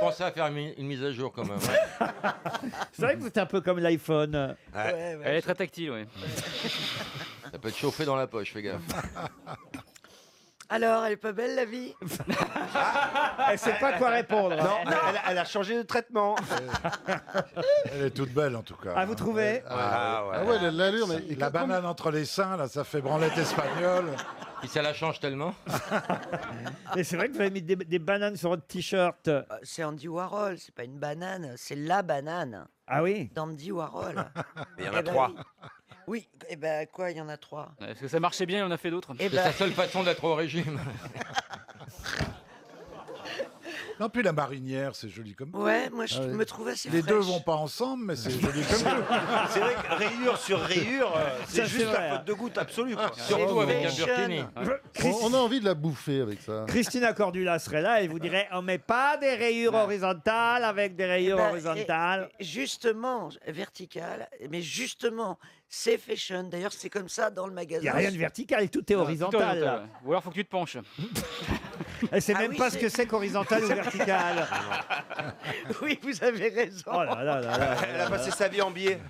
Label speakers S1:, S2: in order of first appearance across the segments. S1: pensé à faire une, mi- une mise à jour quand même. hein.
S2: C'est vrai que vous êtes un peu comme l'iPhone.
S1: Elle est très tactile, oui. Ça peut être chauffé dans la poche, fais gaffe.
S3: Alors, elle est pas belle la vie
S2: Elle sait pas quoi répondre.
S4: Non, elle, elle a changé de traitement.
S5: Elle est toute belle en tout cas.
S2: Ah, vous trouvez
S5: Ah, ouais, elle a de l'allure. mais- La banane entre les seins, là, ça fait branlette espagnole.
S1: Et ça la change tellement.
S2: Mais c'est vrai que vous avez mis des, des bananes sur votre t-shirt.
S3: Euh, C'est Andy Warhol, c'est pas une banane, c'est la banane
S2: Ah oui
S3: d'Andy Warhol.
S6: Il y en
S3: Eh
S6: a
S3: ben
S6: trois.
S3: oui. Oui, et ben quoi, il y en a trois.
S6: Parce que ça marchait bien, il y en a fait d'autres.
S3: Et
S7: Eh
S1: C'est sa
S3: ben,
S1: seule façon d'être au régime.
S5: Non, puis la marinière, c'est joli comme
S3: ouais, moi je
S5: Ah ouais.
S3: me trouve assez
S5: Les
S3: fraîche.
S5: deux vont pas ensemble, mais c'est joli comme tout.
S4: C'est vrai que rayure sur rayure, euh,
S2: Ça,
S4: c'est hein.
S2: c'est
S4: juste
S2: vrai,
S4: la
S2: hein.
S4: faute de goutte absolue. quoi.
S1: Surtout avec un
S3: Fashion.
S1: burkini.
S2: Christ-
S5: On a envie de la bouffer avec ça.
S2: Christina Cordula serait là et vous dirait on met pas des rayures horizontales avec des rayures
S3: Ben,
S2: horizontales.
S3: et- et Justement, vertical, mais justement, c'est fashion. D'ailleurs, c'est comme ça dans le magasin.
S2: Il n'y a rien de vertical, tout est horizontal.
S6: Horizontal, ouais. Ou alors faut que tu te penches.
S2: Elle sait
S3: Ah
S2: même
S3: oui,
S2: pas ce
S3: c'est-
S2: que c'est qu'horizontal ou vertical.
S3: Oui, vous avez raison.
S2: Oh là là là là.
S4: Elle a passé sa vie en biais.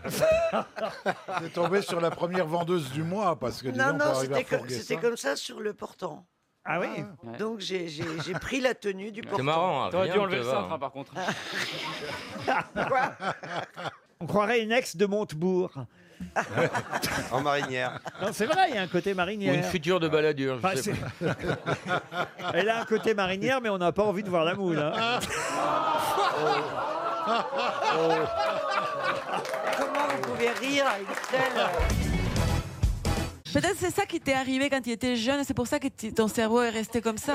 S5: T'es tombé sur la première vendeuse du mois, parce que dis donc,
S3: non, non,
S5: pour arriver à
S3: c'était comme,
S5: fourguer
S3: c'était
S5: ça.
S3: comme ça sur le portant.
S2: Ah oui
S6: Ouais.
S3: Donc j'ai j'ai- j'ai pris la tenue du portant.
S1: C'est marrant, hein,
S6: T'aurais
S1: rien
S6: dû
S1: ne
S6: enlever
S1: te
S6: le
S1: va,
S6: cintre,
S1: hein.
S6: hein, par contre.
S2: On croirait une ex de Montebourg.
S4: En marinière.
S2: Non, c'est vrai, il y a un côté
S6: hein.
S1: Ou une
S2: marinière.
S1: future
S6: Ah.
S1: de baladure, je
S2: Enfin,
S1: sais pas.
S2: c'est- Elle a un côté marinière, mais on n'a pas envie de voir la moule. hein.
S6: hein.
S3: Comment vous pouvez rire avec euh, celle
S8: Peut-être c'est ça qui t'est arrivé quand tu étais jeune, c'est pour ça que t- ton cerveau est resté comme ça.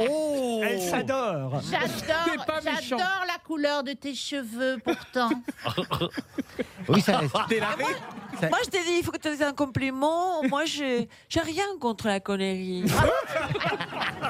S2: Elle s'adore.
S9: J'adore, j'adore la couleur de tes cheveux pourtant.
S10: Oui, ça reste.
S8: Moi, je t'ai dit, il faut que tu dises un compliment. Moi, j'ai j'ai rien contre la connerie.
S2: Ah,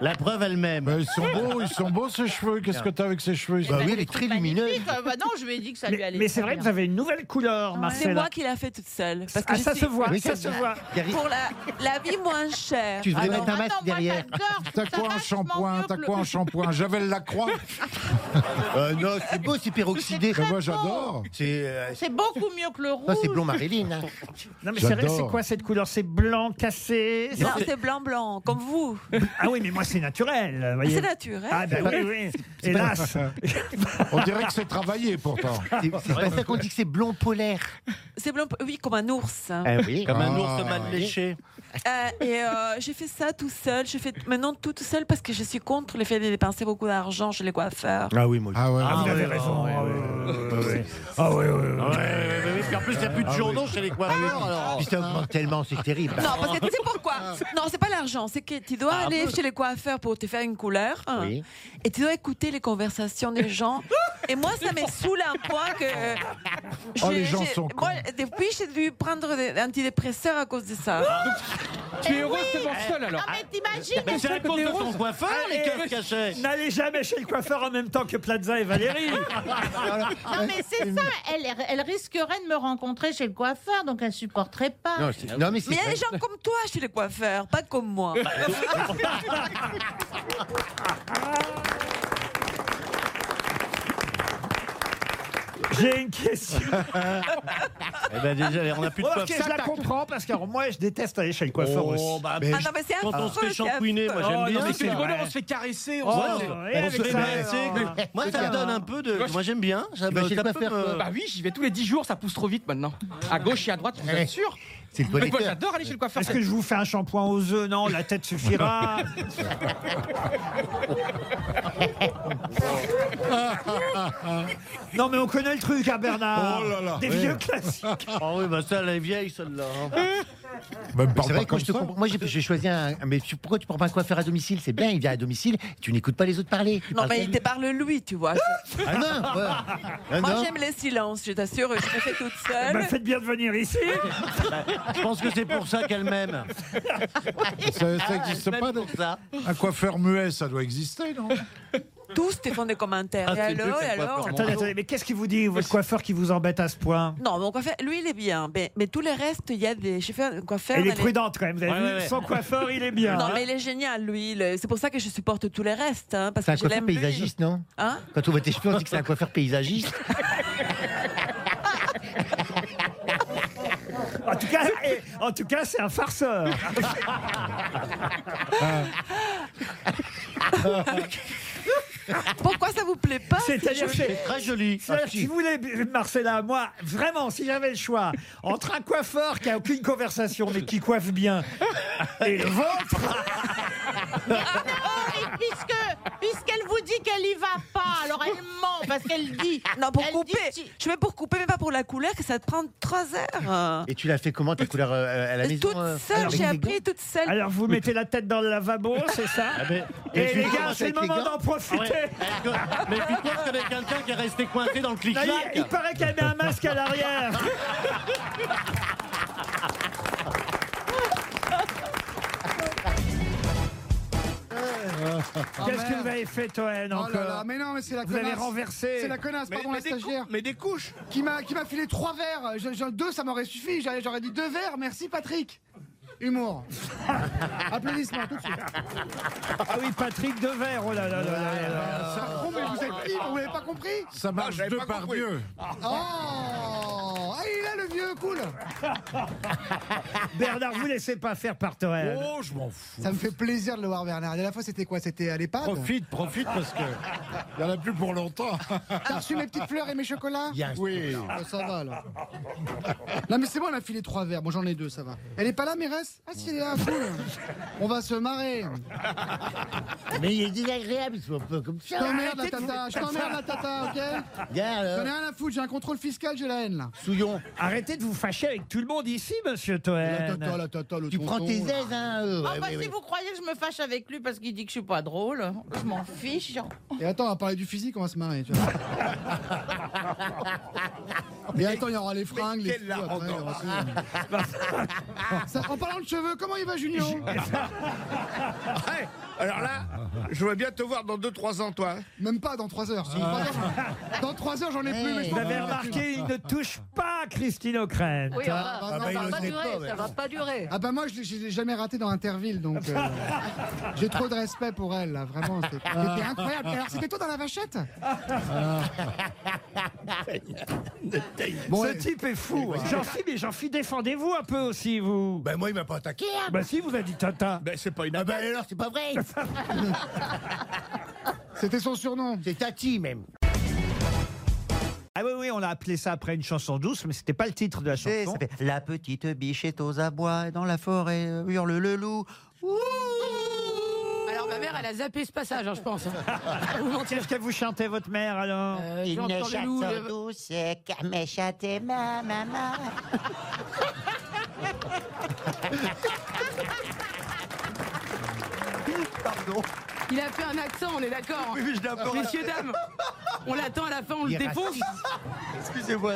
S10: La preuve elle-même.
S5: Bah, ils sont beaux, ils sont beaux ces cheveux. Qu'est-ce que t'as avec ces cheveux ils
S10: Bah
S5: sont-
S10: oui, elle est très lumineuse.
S9: Magnifique, euh, bah non, je lui ai dit que ça lui
S2: Mais,
S9: allait.
S2: mais c'est
S9: très
S2: vrai que vous
S9: bien.
S2: avez une nouvelle couleur,
S8: C'est
S2: Marcella.
S8: moi qui l'a fait toute seule. Parce que
S2: Ah,
S8: je
S2: ça
S8: suis
S2: se voit,
S10: Oui,
S2: ça
S10: ça
S2: se
S10: se-
S2: voit.
S10: Gary,
S8: Pour la, la vie moins chère.
S10: Tu devrais
S8: Alors,
S10: mettre un
S9: Ah Attends,
S10: masque
S9: moi,
S10: derrière.
S9: j'adore, je
S5: T'as
S9: trouve
S5: quoi
S9: ça
S5: en
S9: vachement
S5: shampoing
S9: mieux que
S5: T'as
S9: le-
S5: quoi en shampoing Javel la croix
S10: Euh, non, c'est beau, c'est peroxydé. Eh,
S5: Mais moi j'adore.
S10: C'est. euh,
S9: C'est beaucoup mieux que le
S10: ça,
S9: rouge.
S10: c'est blond Marilyn. hein.
S2: Non, mais c'est vrai,
S5: J'adore.
S2: c'est quoi cette couleur C'est blanc, cassé c'est-
S8: Non, c'est blanc-blanc, comme vous.
S2: Ah oui, mais moi, c'est naturel. vous voyez.
S8: C'est hein. naturel.
S2: Ah ben oui, oui. Hélas.
S5: On dirait que c'est travaillé pourtant.
S10: C'est c'est pas ça qu'on dit que c'est blond polaire.
S8: C'est blanc, oui, comme un ours. hein.
S10: Ah oui.
S5: Comme un ours mal
S10: léché.
S8: Euh, et euh, j'ai fait ça tout seul. Je fais maintenant tout tout seul parce que je suis contre le fait de dépenser beaucoup d'argent chez les coiffeurs.
S10: Ah oui, moi
S5: Ah ouais.
S2: Ah, vous avez raison. Ah oui, oui, oui. Ah oui, oui, oui.
S10: en plus, il n'y a plus de journaux chez les coiffeurs.
S9: Ah,
S10: alors. Puis ça augmente tellement, c'est terrible.
S8: Non, parce que tu sais pourquoi Non, c'est pas l'argent. C'est que tu dois aller chez les coiffeurs pour te faire une couleur. hein,
S10: Oui.
S8: Et tu dois écouter les conversations des gens. Et moi, ça me saoule un point que. euh,
S5: Oh,
S8: j'ai-
S5: les gens
S8: j'ai-
S5: sont
S8: moi, Depuis, j'ai dû prendre des antidépresseurs à cause de ça.
S7: Tu es heureuse de voir seul alors.
S9: Ah, mais t'imagines
S10: Mais c'est à cause de son coiffeur, les keufs cachés.
S2: N'allez jamais chez le coiffeur en même temps que Plaza et Valérie.
S9: Non, mais c'est ça. Elle, elle risquerait de me rencontrer chez le coiffeur, donc elle supporterait pas.
S10: Non, c'est- non, mais c'est.
S8: Mais il y a des gens comme toi chez les coiffeurs, pas comme moi.
S2: J'ai une question.
S10: Ah, Eh ben, déjà, on n'a plus de
S2: Remarquez,
S10: coiffeur.
S2: je la comprends parce que alors, moi, je déteste aller chez le coiffeur aussi.
S10: bah,
S8: Ah non, mais c'est
S10: quand on se
S8: affreux,
S10: fait
S8: c'est
S10: shampouiner, moi
S8: affreux.
S10: j'aime
S7: Oh,
S10: bien.
S7: non, mais c'est du
S2: vrai.
S7: bonheur, on se fait caresser, on
S2: Oh,
S7: se fait-
S2: et
S10: on
S2: avec
S10: se fait
S2: ça,
S10: caresser.
S2: alors.
S10: Moi ça me donne un peu de. Moi j'aime bien. Ça me-
S7: Bah, chez
S10: ça
S7: le
S10: peut
S7: coiffeur,
S10: me-
S7: Bah oui, j'y vais tous les 10 jours, ça pousse trop vite maintenant. À gauche et à droite, je vous assure.
S10: C'est le
S7: Mais Moi,
S10: toiletteur.
S7: j'adore aller chez le coiffeur.
S2: Est-ce que je vous fais un shampoing aux œufs Non, la tête suffira. non, mais on connaît le truc, hein, Bernard.
S5: Oh là là.
S2: Des
S5: Oui.
S2: vieux classiques.
S10: Ah oui, bah ça, elle est vieille, celle-là. hein.
S5: Même parle
S10: C'est vrai
S5: pas
S10: que moi,
S5: comme
S10: je te
S5: ça.
S10: comprends. Moi, j'ai j'ai choisi un. Mais tu- pourquoi tu prends pas un coiffeur à domicile C'est bien, il vient à domicile, tu n'écoutes pas les autres parler. Tu
S8: Non,
S10: parles
S8: mais
S10: pas
S8: il
S10: lui.
S8: te parle lui, tu vois.
S10: Ah non, ouais. Ah
S8: Moi,
S10: non,
S8: j'aime les silences, je t'assure, je me fais toute
S2: Bah,
S8: seule.
S2: faites bien de venir ici.
S10: je pense que c'est pour ça qu'elle m'aime.
S5: Ça n'existe
S10: Même
S5: pas.
S10: pour ça.
S5: Un coiffeur muet, ça doit exister, non
S8: tous te font des
S10: Ah,
S8: commentaires. et alors, et alors
S2: Attendez, attendez, mais qu'est-ce qui vous dit, votre coiffeur, qui vous embête à ce point
S8: Non, mon coiffeur, lui, il est bien. Mais, mais tous les restes, il y a des. J'ai fait un coiffeur.
S2: Elle
S8: dans
S2: est
S8: les-
S2: prudente quand même, vous avez
S7: Ouais,
S2: vu
S7: ouais, ouais.
S2: Son coiffeur, il est bien.
S8: Non,
S2: hein.
S8: mais il est génial, lui. Le- C'est pour ça que je supporte tous les restes. hein, parce
S10: C'est
S8: que
S10: un
S8: je
S10: coiffeur
S8: l'aime. lui.
S10: paysagiste, non
S8: Hein
S10: Quand on voit tes cheveux, on dit que c'est un coiffeur paysagiste.
S2: En tout cas, eh, en tout cas, c'est un farceur.
S8: Pourquoi ça vous plaît pas
S2: C'est-à-dire que c'est-
S10: Très joli.
S2: c'est-à-dire que si vous voulez, Marcella, moi, vraiment, si j'avais le choix entre un coiffeur qui a aucune conversation mais qui coiffe bien et le vôtre,
S9: Oh, et puisque, puisqu'elle vous dit qu'elle y va pas, alors elle ment parce qu'elle dit.
S8: Non, pour
S9: elle dit
S8: couper.
S9: tu-
S8: Je mets pour couper, mais pas pour la couleur, que ça te prend 3 heures.
S10: Et tu l'as fait comment ta couleur euh, à la maison
S8: toute
S10: euh,
S8: seule,
S10: avec
S8: j'ai
S10: des
S8: appris
S10: gants
S8: toute seule.
S2: alors vous mettez la tête dans le lavabo, c'est ça
S10: Ah, mais
S2: Et
S10: tu
S2: les
S10: veux
S2: gars,
S10: commencer
S2: c'est le
S10: avec les
S2: moment
S10: gars Ah
S2: d'en profiter.
S7: Ah Mais tu penses qu'avec quelqu'un qui est resté coincé dans le clic
S2: Non, il, il paraît qu'elle met un masque à l'arrière.
S10: Ah,
S2: Qu'est-ce que vous avez fait,
S10: Oh
S2: Toen, encore
S5: Oh mais non, mais c'est la
S2: Vous avez renversé.
S5: connasse,
S7: Mais, mais, des cou- mais des couches
S5: qui m'a qui m'a filé trois verres. Je- je- deux, ça m'aurait suffi. J'aurais j'aurais dit deux verres. Merci Patrick. Humour. Applaudissements tout de suite.
S2: Ah oui, Patrick Devers. Oh là là là là là là.
S5: Oh, mais vous êtes ivre, vous l'avez pas compris Ça marche deux par mieux.
S11: Ah.
S5: Oh Ah, il est là le vieux, cool
S2: Bernard, vous laissez pas faire par Toen.
S10: Oh.
S5: Oh, je m'en fous.
S11: Ça me fait plaisir de le voir, Bernard. La dernière fois, c'était quoi C'était à l'EHPAD
S5: Profite, profite parce que il y en a plus pour longtemps.
S11: T'as reçu mes petites fleurs et mes chocolats
S5: Oui.
S11: Ah, Ça va, là. Non, mais c'est bon, on a filé trois verres. Bon, j'en ai deux, ça va. Elle est pas là, mairesse Ah, si, elle est là, cool. On va se marrer.
S10: Mais il est désagréable, c'est un peu comme
S11: Je
S10: ça.
S11: t'emmerde, la tata. Je t'emmerde, la tata, ok
S10: Regarde,
S11: J'en ai
S10: euh,
S11: rien à foutre, j'ai un contrôle fiscal, j'ai la haine, là.
S10: Souillon,
S2: Arrêtez de vous fâcher avec tout le monde ici, monsieur Toen.
S11: la tata, le
S10: tu prends tes aises, hein euh,
S9: Ah
S10: ouais,
S9: bah
S10: ouais,
S9: si
S10: ouais.
S9: vous croyez que je me fâche avec lui parce qu'il dit que je suis pas drôle, je m'en fiche.
S11: Et attends, on va parler du physique, on va se marrer, tu vois. Mais attends, il y aura les fringues, les cheveux, après, il y aura tout. Ça- En parlant de cheveux, comment il va, Junior
S5: alors là, je veux bien te voir dans 2-3 ans, toi. hein. Ah.
S11: Même pas dans 3 heures. Dans 3 heures, j'en ai plus. Mais je
S5: Eh.
S2: Vous
S11: pense
S2: avez
S11: que-
S2: remarqué, il ne touche pas à Christine O'Crane.
S12: Oui, enfin,
S11: bah,
S12: ça
S11: non,
S12: va
S11: bah, il
S12: pas
S11: osait
S12: durer,
S11: pas,
S12: ça va pas durer.
S11: Ah bah moi, je l'ai- je l'ai jamais raté dans Interville, donc euh, j'ai trop de respect pour elle, là, vraiment. c'est- C'était incroyable. Alors, c'était toi dans la vachette Bon,
S2: Ce
S11: ouais.
S2: type est fou. hein. J'en suis, mais j'en suis. Défendez-vous un peu aussi, vous.
S5: Ben moi, il m'a pas attaqué.
S10: hein.
S2: Bah si, vous a dit Tata.
S5: Ben c'est pas une attaque.
S10: Alors, c'est pas vrai
S11: C'était son surnom.
S10: C'est Tati, même.
S2: Ah oui, oui, on a appelé ça après une chanson douce, mais c'était pas le titre de la chanson.
S10: La petite bichette aux abois, dans la forêt, hurle le loup.
S12: Alors ma mère, elle a zappé ce passage, hein, je pense.
S10: Ah,
S2: Qu'est-ce que vous chantez, votre mère, alors
S12: Euh, j'entends le loup, le-
S10: douce, camé et ma maman.
S12: Il a fait un accent, on est d'accord. Messieurs, dames, on l'attend à la fin, on le
S10: Il est
S12: défonce.
S10: raciste. Excusez-moi.